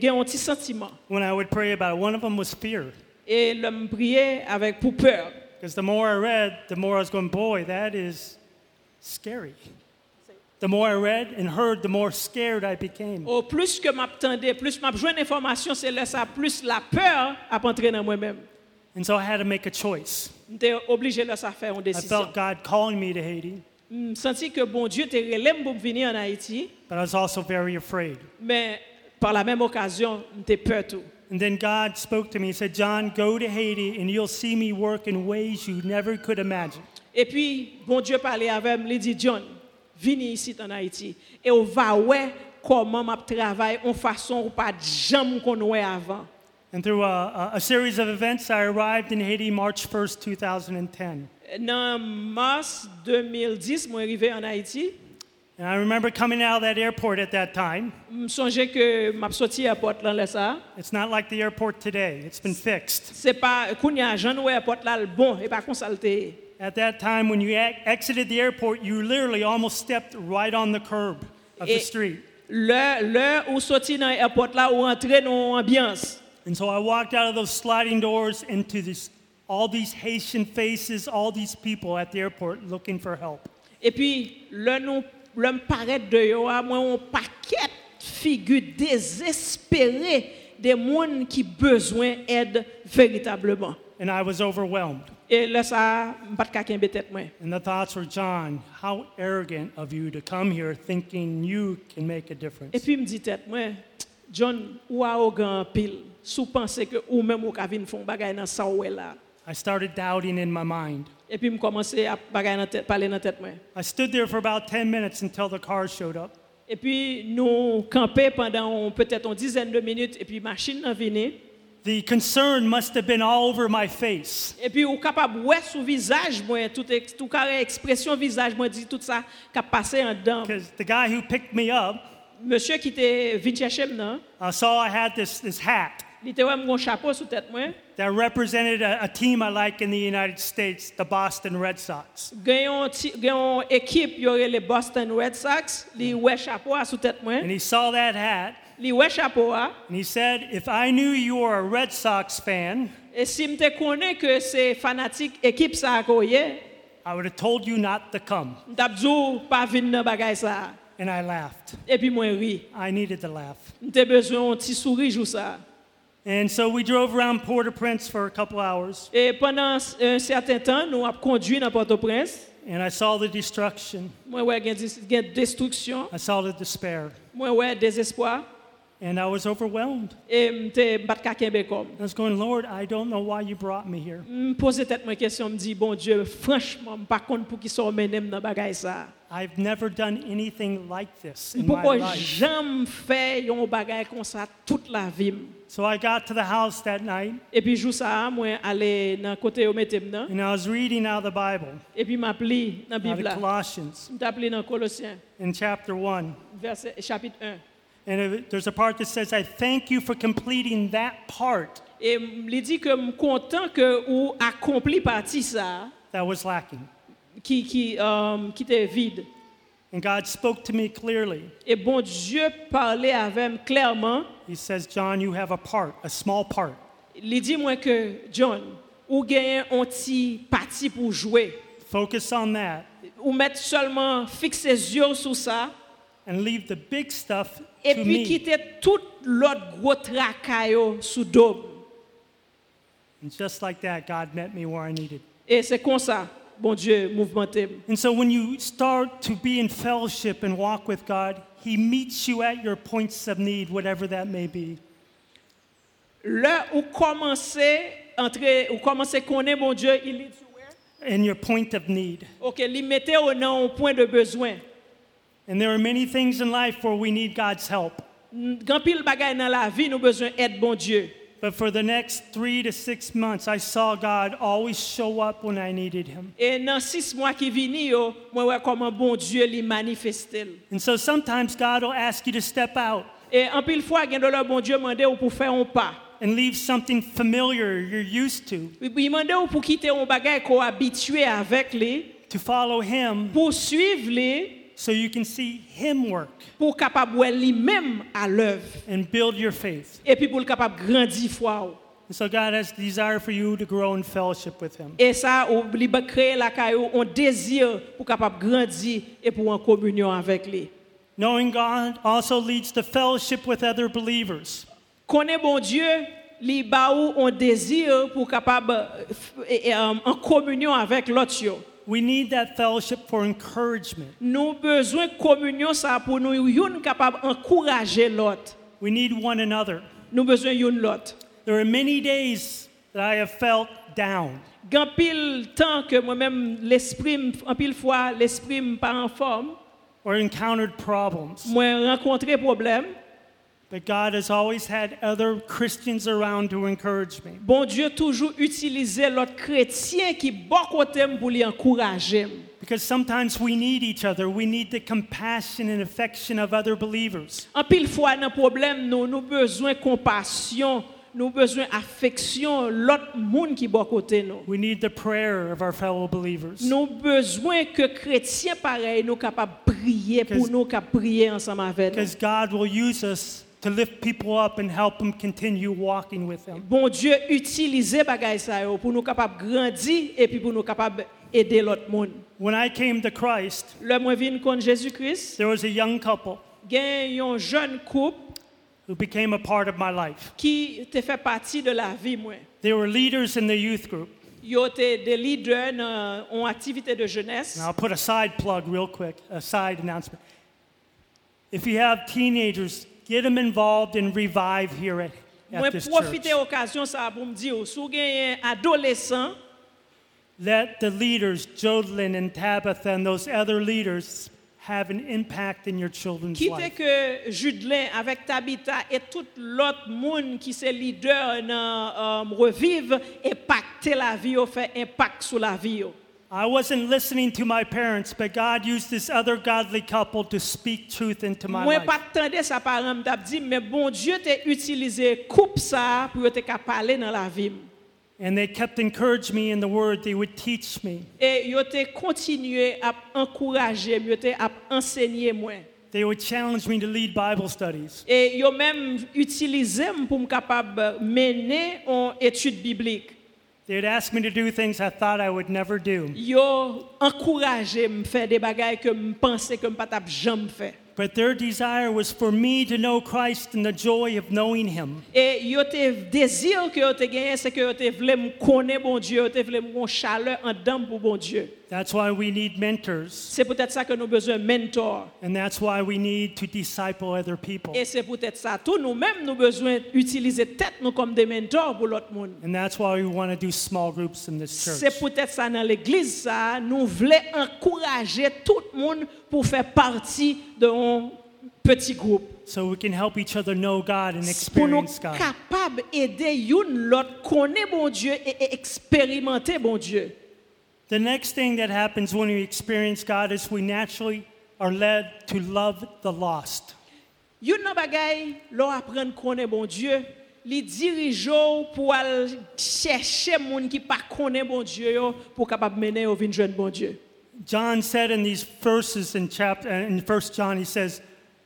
j'ai eu un petit sentiment. E
when I would pray about it. One of them was fear,
Et l'homme priait avec pour peur.
because the more I read, the more I was going, boy, that is scary. The more I read and heard, the more scared I became.
Au plus que m'attendais, plus m'a besoin d'informations, c'est là ça plus la peur à entrer dans moi-même.
And so I had to make a choice.
J'étais obligé de ça faire une
I
décision.
felt God calling me to Haiti,
Je senti que bon Dieu t'a relève pour venir en Haïti,
but I was also very afraid.
mais par la même occasion, j'étais peur tout.
And then God spoke to me and said, John, go to Haiti and you'll see me work in ways you never could imagine.
Et puis bon Dieu parlait avec moi, il dit John, venez ici en Haïti et on va ouais comment m'a travaille en façon ou pas jamais qu'on ouais avant.
And through a, a, a series of events, I arrived in Haiti March 1st, 2010.
Dans mars 2010, moi arrivé en Haïti.
And I remember coming out of that airport at that time.
M sonje ke m ap soti airport lan lè sa.
It's not like the airport today, it's been fixed.
Se pa kounya jan wè airport la l bon e pa konsalte.
At that time, when you ac- exited the airport, you literally almost stepped right on the curb of the
Eh.
street.
Le, le ou soti nan airport la ou rentre nan ambyans.
And so I walked out of those sliding doors into this, all these Haitian faces, all these people at the airport looking for help.
E pi le nou le m paret de yo a mwen ou paket figu dezespere de moun ki bezwen ed veritableman.
And I was overwhelmed.
E lè sa m pat kaken betet mwen.
And the thoughts were, John, how arrogant of you to come here thinking you can make a difference.
E pi m di tet mwen, John, ou a ou gan pil, sou panse ke ou mèm ou ka vin fon bagay nan sa ou wè la.
I started doubting in my mind.
E pi m komanse a bagay nan tet, pale nan tet mwen.
I stood there for about 10 minutes until the car showed up.
E pi nou kampe pandan peut-et on dizen de minute, e pi machin nan vini.
The concern must have been all over my face.
E pi ou kapab wè sou vizaj mwen, tout, ex- tout kare ekspresyon vizaj mwen di tout sa kap pase an dan.
Because the guy who picked me up
Monsye ki te vin chèche m nan,
uh, saw I had this, this hat
li te wè m gon chapo sou tèt mwen,
that represented a, a team I like in the United States, the Boston Red Sox.
genyon, ti- genyon ekip yore le Boston Red Sox, li wè chapo a sou tèt mwen.
And he saw that hat
Li wè chapo a,
and he said, If I knew you were a Red Sox fan,
e si m te konen ke se fanatik ekip sa akoye,
I would have told you not to come.
m tap djou pa vin nan bagay sa.
And I laughed.
E pi mwen ri,
I needed the laugh.
m te bezwen yon ti souri jou sa.
And so we drove around Port au Prince for a couple hours
E pendant s- un certain tan, nou ap kondwi nan Port-au-Prince,
and I saw the destruction,
Mwen wè gen, dis- gen destruksyon,
I saw the despair,
mwen wè dezespoi,
and I was overwhelmed.
e mte mbat kakenbe kom.
I was going, Lord, I don't know why you brought me here.
M pose tèt mwen kesyon, m di, bon Diyo, franchman, m pa kon pou ki son menem nan bagay sa.
I've never done anything like this
M
in my
pou ko
life.
jam fè yon bagay kon sa tout la vim.
So I got to the house that night
E pi jou sa, mwen ale nan kote yo metem nan,
and I was reading out of the Bible,
e pi m ap li nan
out
Bib
of
la.
Colossians
M tap li nan Kolosyen,
in chapter 1.
verse, chapit 1.
And it- there's a part that says, I thank you for completing that part
E m li di ke m kontan ke ou akompli pati sa,
that was lacking.
ki, ki, um, ki te vide.
And God spoke to me clearly.
Et bon Dieu parlait avec moi clairement.
He says, John, you have a part, a small part.
Il dit moi que John, ou gagne un petit parti pour jouer.
Focus on that
Ou mettre seulement fixer ses yeux sur ça
and leave the big stuff
et
to
puis
me.
quitter tout l'autre gros tracaille sous dôme.
And just like that, God met me where I needed.
Et c'est comme ça, bon Dieu, mouvementé.
And so when you start to be in fellowship and walk with God, He meets you at your points of need, whatever that may be.
Là où commencer entrer, où commencer connaître bon Dieu, il dit
And your point of need.
OK, il mettait au nom au point de besoin.
And there are many things in life where we need God's help.
Grand pile bagaille dans la vie, nous besoin aide bon Dieu.
But for the next three to six months, I saw God always show up when I needed Him.
E nan sis mwa ki vini yo, mwen wè koman bon Diyo li manifestel.
And so sometimes God will ask you to step out
E an pil fwa gen do lò bon Diyo mande ou pou fè yon pa.
and leave something familiar you're used to
I mande ou pou kite yon bagay ko abitue avèk li,
to follow Him
pou suiv li,
so you can see Him work
pou kapab wè li mèm a lèv.
and build your faith.
E pi pou l kapab grandi fwa ou.
And so God has a desire for you to grow in fellowship with Him.
E sa ou li ba kreye la kayo, on dezir pou kapab grandi e pou an komunyon avèk li.
Knowing God also leads to fellowship with other believers.
Kone bon Diyo, li ba ou on dezir pou kapab eh, f- eh, eh, um, an komunyon avèk lot yo.
We need that fellowship for encouragement.
Nous besoin communion ça pour nous yon capable encourager l'autre.
We need one another.
Nous besoin yon l'autre.
There are many days that I have felt down,
Gan pile temps que moi-même l'esprit en pile fois l'esprit me pas en forme,
or encountered problems.
moi rencontrer problème.
But God has always had other Christians around to encourage me.
Bon Dieu toujours utiliser l'autre chrétien qui bon côté m pour l'encourager.
Because sometimes we need each other. We need the compassion and affection of other believers.
An pil fwa nan problem nou, nou bezwen kompasyon, nou bezwen afeksyon lot moun ki bo kote nou.
We need the prayer of our fellow believers.
Nou bezwen ke kretien parey nou kapab priye pou
Because-
nou kap priye ansam avè nou.
Because God will use us to lift people up and help them continue walking with Him.
Bon Diyo utilize bagay sa yo pou nou kapab grandi epi pou nou kapab ede lot moun.
When I came to Christ,
Le mwen vin kon Jezu Kris,
there was a young couple
gen yon jen koup
who became a part of my life.
ki te fe pati de la vi mwen.
They were leaders in the youth group.
Yo te de lider nan an aktivite de jenes.
Now, I'll put a side plug real quick, a side announcement. If you have teenagers, get them involved in Revive here at, at
Mwen
this
profite
church.
okasyon sa pou m di yo, sou gen adolesan,
Let the leaders, Jodlin and Tabitha and those other leaders, have an impact in your children's
kite
life.
ke Judlin avek Tabita et tout lot moun ki se lider nan um, revive, impacte la vi yo, fe impact sou la vi yo.
I wasn't listening to my parents, but God used this other godly couple to speak truth into my
Mwen pa
life.
tende sa param tap di, men bon Diyo te utilize koup sa pou yo te ka pale nan la vim.
And they kept encouraging me in the word. They would teach me.
E yo te kontinue ap ankouraje, yo te ap ensegnye mwen.
They would challenge me to lead Bible studies.
E yo men utilize m pou m kapab mene an etude biblik.
They would ask me to do things I thought I would never do.
Yo ankouraje m fè de bagay ke m pense ke m patap jam fè.
But their desire was for me to know Christ and the joy of knowing him.
E yo te dezir ke yo te genye se ke yo te vle m kone bon Diyo, yo te vle m kon chale an dam pou bon Diyo.
That's why we need mentors,
Se pou tèt sa ke nou bezwen mentor.
and that's why we need to disciple other people.
Et c'est peut-être ça tout. Nous-mêmes, nous besoin d'utiliser tête nous comme des mentors pour l'autre monde.
And that's why we want to do small groups in this
C'est
church.
peut-être ça dans l'église, ça. Nous voulons encourager tout le monde pour faire partie d'un petit groupe.
So we can help each other know God and
Pour nous
experience God.
capables d'aider une l'autre, connaître bon Dieu et et expérimenter bon Dieu.
The next thing that happens when we experience God is we naturally are led to love the lost.
Yon nan bagay, lor apren konen bon Diyo, li dirijo pou al chèche moun ki pa konen bon Diyo yo pou kapab mene yo vin jwen bon Diyo.
John said in these verses in chapter uh, in 1 John he says,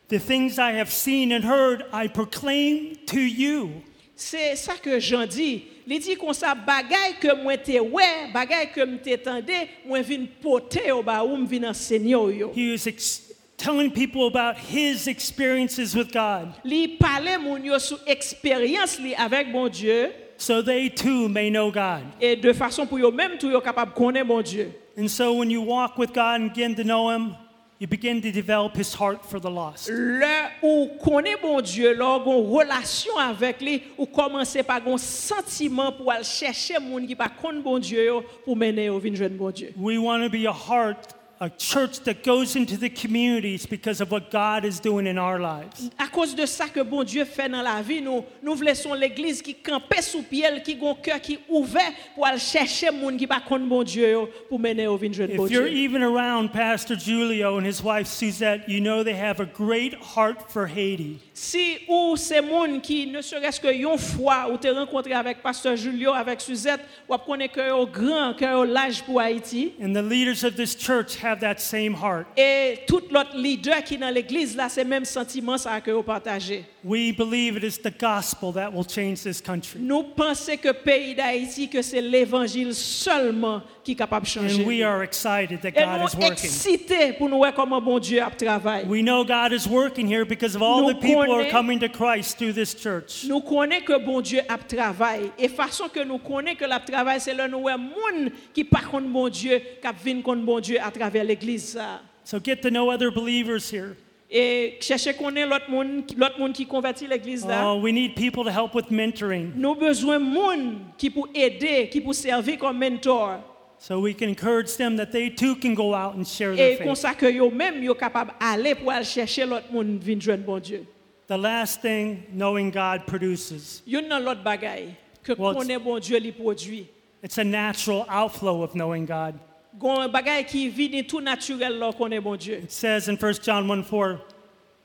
"The things I have seen and heard I proclaim to you."
Se sa ke jan di, li di kon sa bagay ke mwen te we, bagay ke mwen te tende, mwen vin pote yo ba ou mwen vin ansenyo yo.
He was ex- telling people about his experiences with God
Li pale moun yo sou eksperyans li avek bon Diyo,
so they too may know God.
e de fason pou yo menm tou yo kapab konen bon Diyo.
And so when you walk with God and begin to know him, you begin to develop his heart for the lost.
Le ou konen bon Diyo, lor gon relasyon avek li, ou komanse pa gon sentiman pou al cheshe moun ki pa konen bon Diyo yo, pou mene yo vin jwen bon Diyo.
We want to be a heart, a church that goes into the communities because of what God is doing in our lives.
À cause de ça que bon Dieu fait dans la vie, nous, nous voulons l'église qui campait sous pied, qui a un cœur qui ouvert pour aller chercher les gens qui ne connaissent bon Dieu yo, pour mener au vin de bon
If you're
Dieu.
even around Pastor Julio and his wife Suzette, you know they have a great heart for Haiti.
Si ou ces gens qui, ne serait-ce que une fois, ou te rencontré avec Pasteur Julio, avec Suzette, ou connaît que yo grand, que yo large pour Haïti,
And the leaders of this church have that same heart.
et tout l'autre leader qui dans l'église, là, c'est même sentiment ça que yo partagé.
We believe it is the gospel that will change this country.
Nous pensons que pays d'Haïti, que c'est l'évangile seulement qui est capable de changer.
And we are excited that
Et
God is
nous
working.
excités pour nous voir comment bon Dieu a travaillé.
We know God is working here because of all
Nous
the people who are
connaît-
coming to Christ through this church.
Nous connaissons que bon Dieu a travaillé. Et façon que nous connaissons que la travail, c'est le nous voir monde qui par contre bon Dieu, qui vient contre bon Dieu à travers l'église. ça.
So get to know other believers here.
Et chercher qu'on est l'autre monde, l'autre monde qui convertit l'église là.
Oh, we need people to help with mentoring
Nous besoin monde qui pour aider, qui pour servir comme mentor.
so we can encourage them that they too can go out and share
Et
their
comme
faith.
ça que yo même yo capable aller pour aller chercher l'autre monde vient joindre bon Dieu.
The last thing knowing God produces
Yon nan l'autre bagaille que
Well, it's-
connaît bon Dieu li produit.
it's a natural outflow of knowing God.
Gon bagay ki vini tout naturel lò konen bon Diyo.
It says in 1 John 1 4,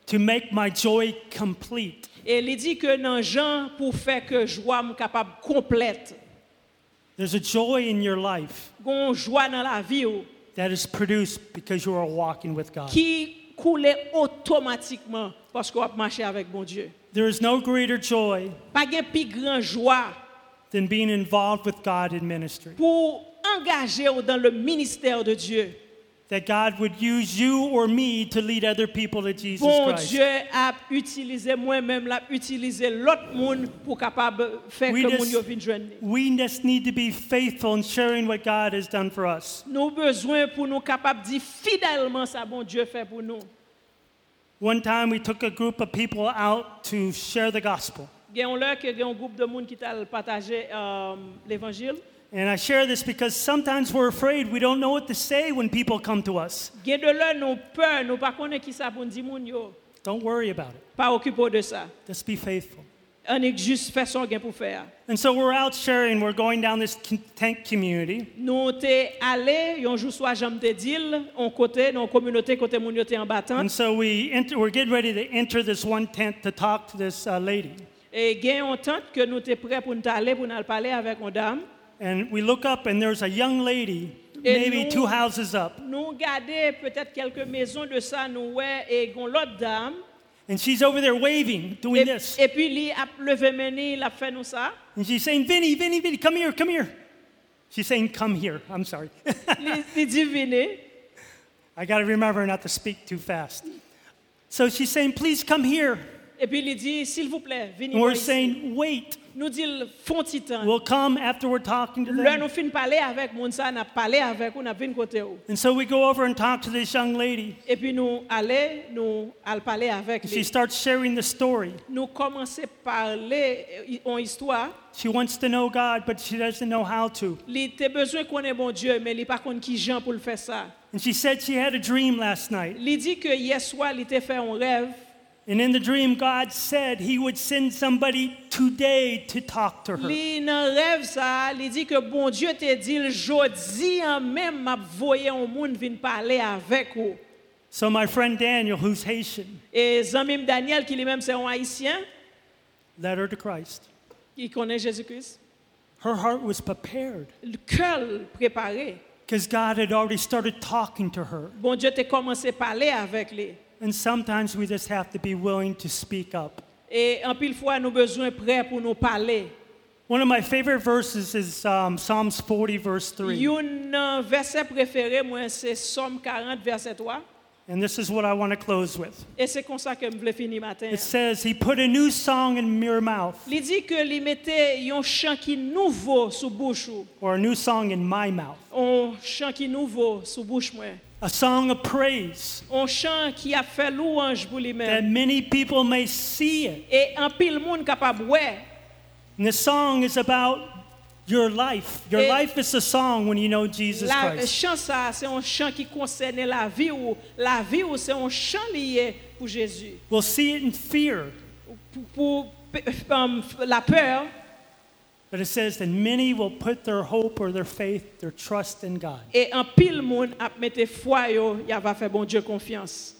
to make my joy complete.
E li di ke nan jan pou fe ke jwa m kapab komplet.
There's a joy in your life
Gon jwa nan la oh, vi ou
that is produced because you are walking with God.
ki koule otomatikman paske wap mache avèk bon Diyo.
There is no greater joy
Pa gen pi gran jwa
than being involved with God in ministry.
pou engaje ou dan le ministère de Diyo.
That God would use you or me to lead other people to Jesus
Bon
Christ.
Diyo ap utilize mwen mèm, l'ap utilize lot moun pou kapab fe
We
ke moun
just-
yo vin jwen ni.
We just need to be faithful in sharing what God has done for us.
Nou bezwen pou nou kapab di fidelman sa bon Diyo fe pou nou.
One time we took a group of people out to share the gospel.
Gen yon lè ke gen yon goup de moun ki tal pataje um, l'Evangil.
And I share this because sometimes we're afraid we don't know what to say when people come to us.
Gen de lè nou peur, nou pa konen ki sa pou nou di moun yo.
Don't worry about it.
Pa okipo de sa.
Just be faithful.
An ek jist fè son gen pou fè a.
And so we're out sharing. We're going down this con- tent community.
Nou te ale, yon jou swa jam te dil, on kote, non komunote kote moun yo te an batan.
And so we enter, we're getting ready to enter this one tent to talk to this uh, lady.
E gen yon tante ke nou te pre pou nou te ale, pou nou al pale avèk on dam.
And we look up, and there's a young lady, maybe
nous-
two houses up.
Nou gade peut-être kelke mezon de sa nou we e gon lot dam.
And she's over there waving,
E,
doing this.
e pi li ap leve meni, la fè nou sa.
And she's saying, Vinny, Vinny, Vinny, come here, come here. She's saying, come here. I'm sorry.
Li, li divine.
I got to remember not to speak too fast. So she's saying, please come here.
E pi li di, s'il vous plaît, vini
And we're
moi ici."
saying, wait,
Nou di l fon titan.
we'll come after we're talking to
Lè
them.
nou fin pale avèk moun sa, nap pale avèk ou nap vin kote ou.
And so we go over and talk to this young lady.
E pi nou ale, nou al pale avèk
And
li.
she starts sharing the story.
Nou komanse pale eh, en histwa.
She wants to know God, but she doesn't know how to.
Li te bezwen konen bon Diyo, men li pa kon ki jan pou l fè sa.
And she said she had a dream last night.
Li di ke yeswa li te fè an rev.
And in the dream, God said he would send somebody today to talk to her.
Li nan rev sa, li di ke bon Diyo te dil jodi an men map voye an moun vin pale avèk ou.
So my friend Daniel, who's Haitian,
E zanmim Daniel ki li menm se an Haitien,
led her to Christ.
ki konen Jésus-Christ.
Her heart was prepared
le cœur préparé.
because God had already started talking to her.
Bon Dieu t'a commencé à parler avec lui.
And sometimes we just have to be willing to speak up.
Et en pile fois, nous besoin prêt pour nous parler.
One of my favorite verses is um, Psalms 40, verse 3.
Yon euh, verset préféré, moi, c'est Somme 40, verset 3.
And this is what I want to close with.
Et c'est comme ça que je voulais finir matin.
It says, He put a new song in your mouth,
Il dit que il mettait un chant qui nouveau sous bouche ou.
or a new song in my mouth,
Un chant qui nouveau sous bouche moi.
a song of praise,
Un chant qui a fait louange pour
that
lui-même.
many people may see it.
Et en pile monde capable ouais.
And the song is about your life. Your
Eh,
life is a song when you know Jesus
La
Christ.
chant ça, c'est un chant qui concerne la vie ou la vie ou c'est un chant lié pour Jésus.
We'll see it in fear.
pour, pour- pe- um, la peur,
But it says that many will put their hope or their faith, their trust in God.
et en pile moun ap mette foi yo, ya va faire bon Dieu confiance.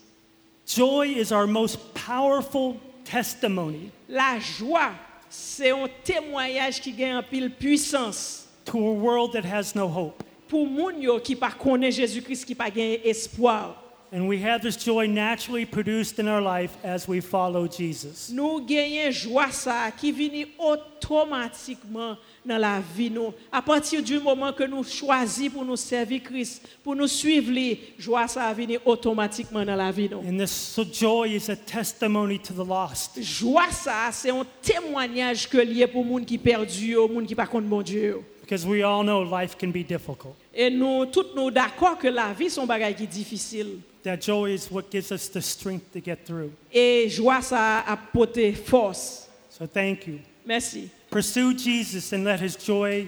Joy is our most powerful testimony
La joie, c'est un témoignage qui gagne en pile puissance
to a world that has no hope.
pour moun yo qui pas connaît Jésus-Christ, qui pas gagne espoir.
And we have this joy naturally produced in our life as we follow Jesus.
Nous gagnons joie ça qui vient automatiquement dans la vie nous. À partir du moment que nous choisissons pour nous servir Christ, pour nous suivre lui, joie ça vient automatiquement dans la vie nous.
And this so joy is a testimony to the lost.
Joie ça, c'est un témoignage que lié pour monde qui perdu, au monde qui pas contre bon Dieu. yo.
Because we all know life can be difficult.
Et nous tous nous d'accord que la vie son bagage qui est difficile.
That joy is what gives us the strength to get through.
Et joie ça a porté force.
So thank you.
Merci.
Pursue Jesus and let his joy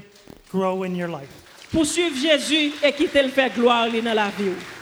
grow in your life.
Poursuivre Jésus et quitter le faire gloire lui, dans la vie. yo.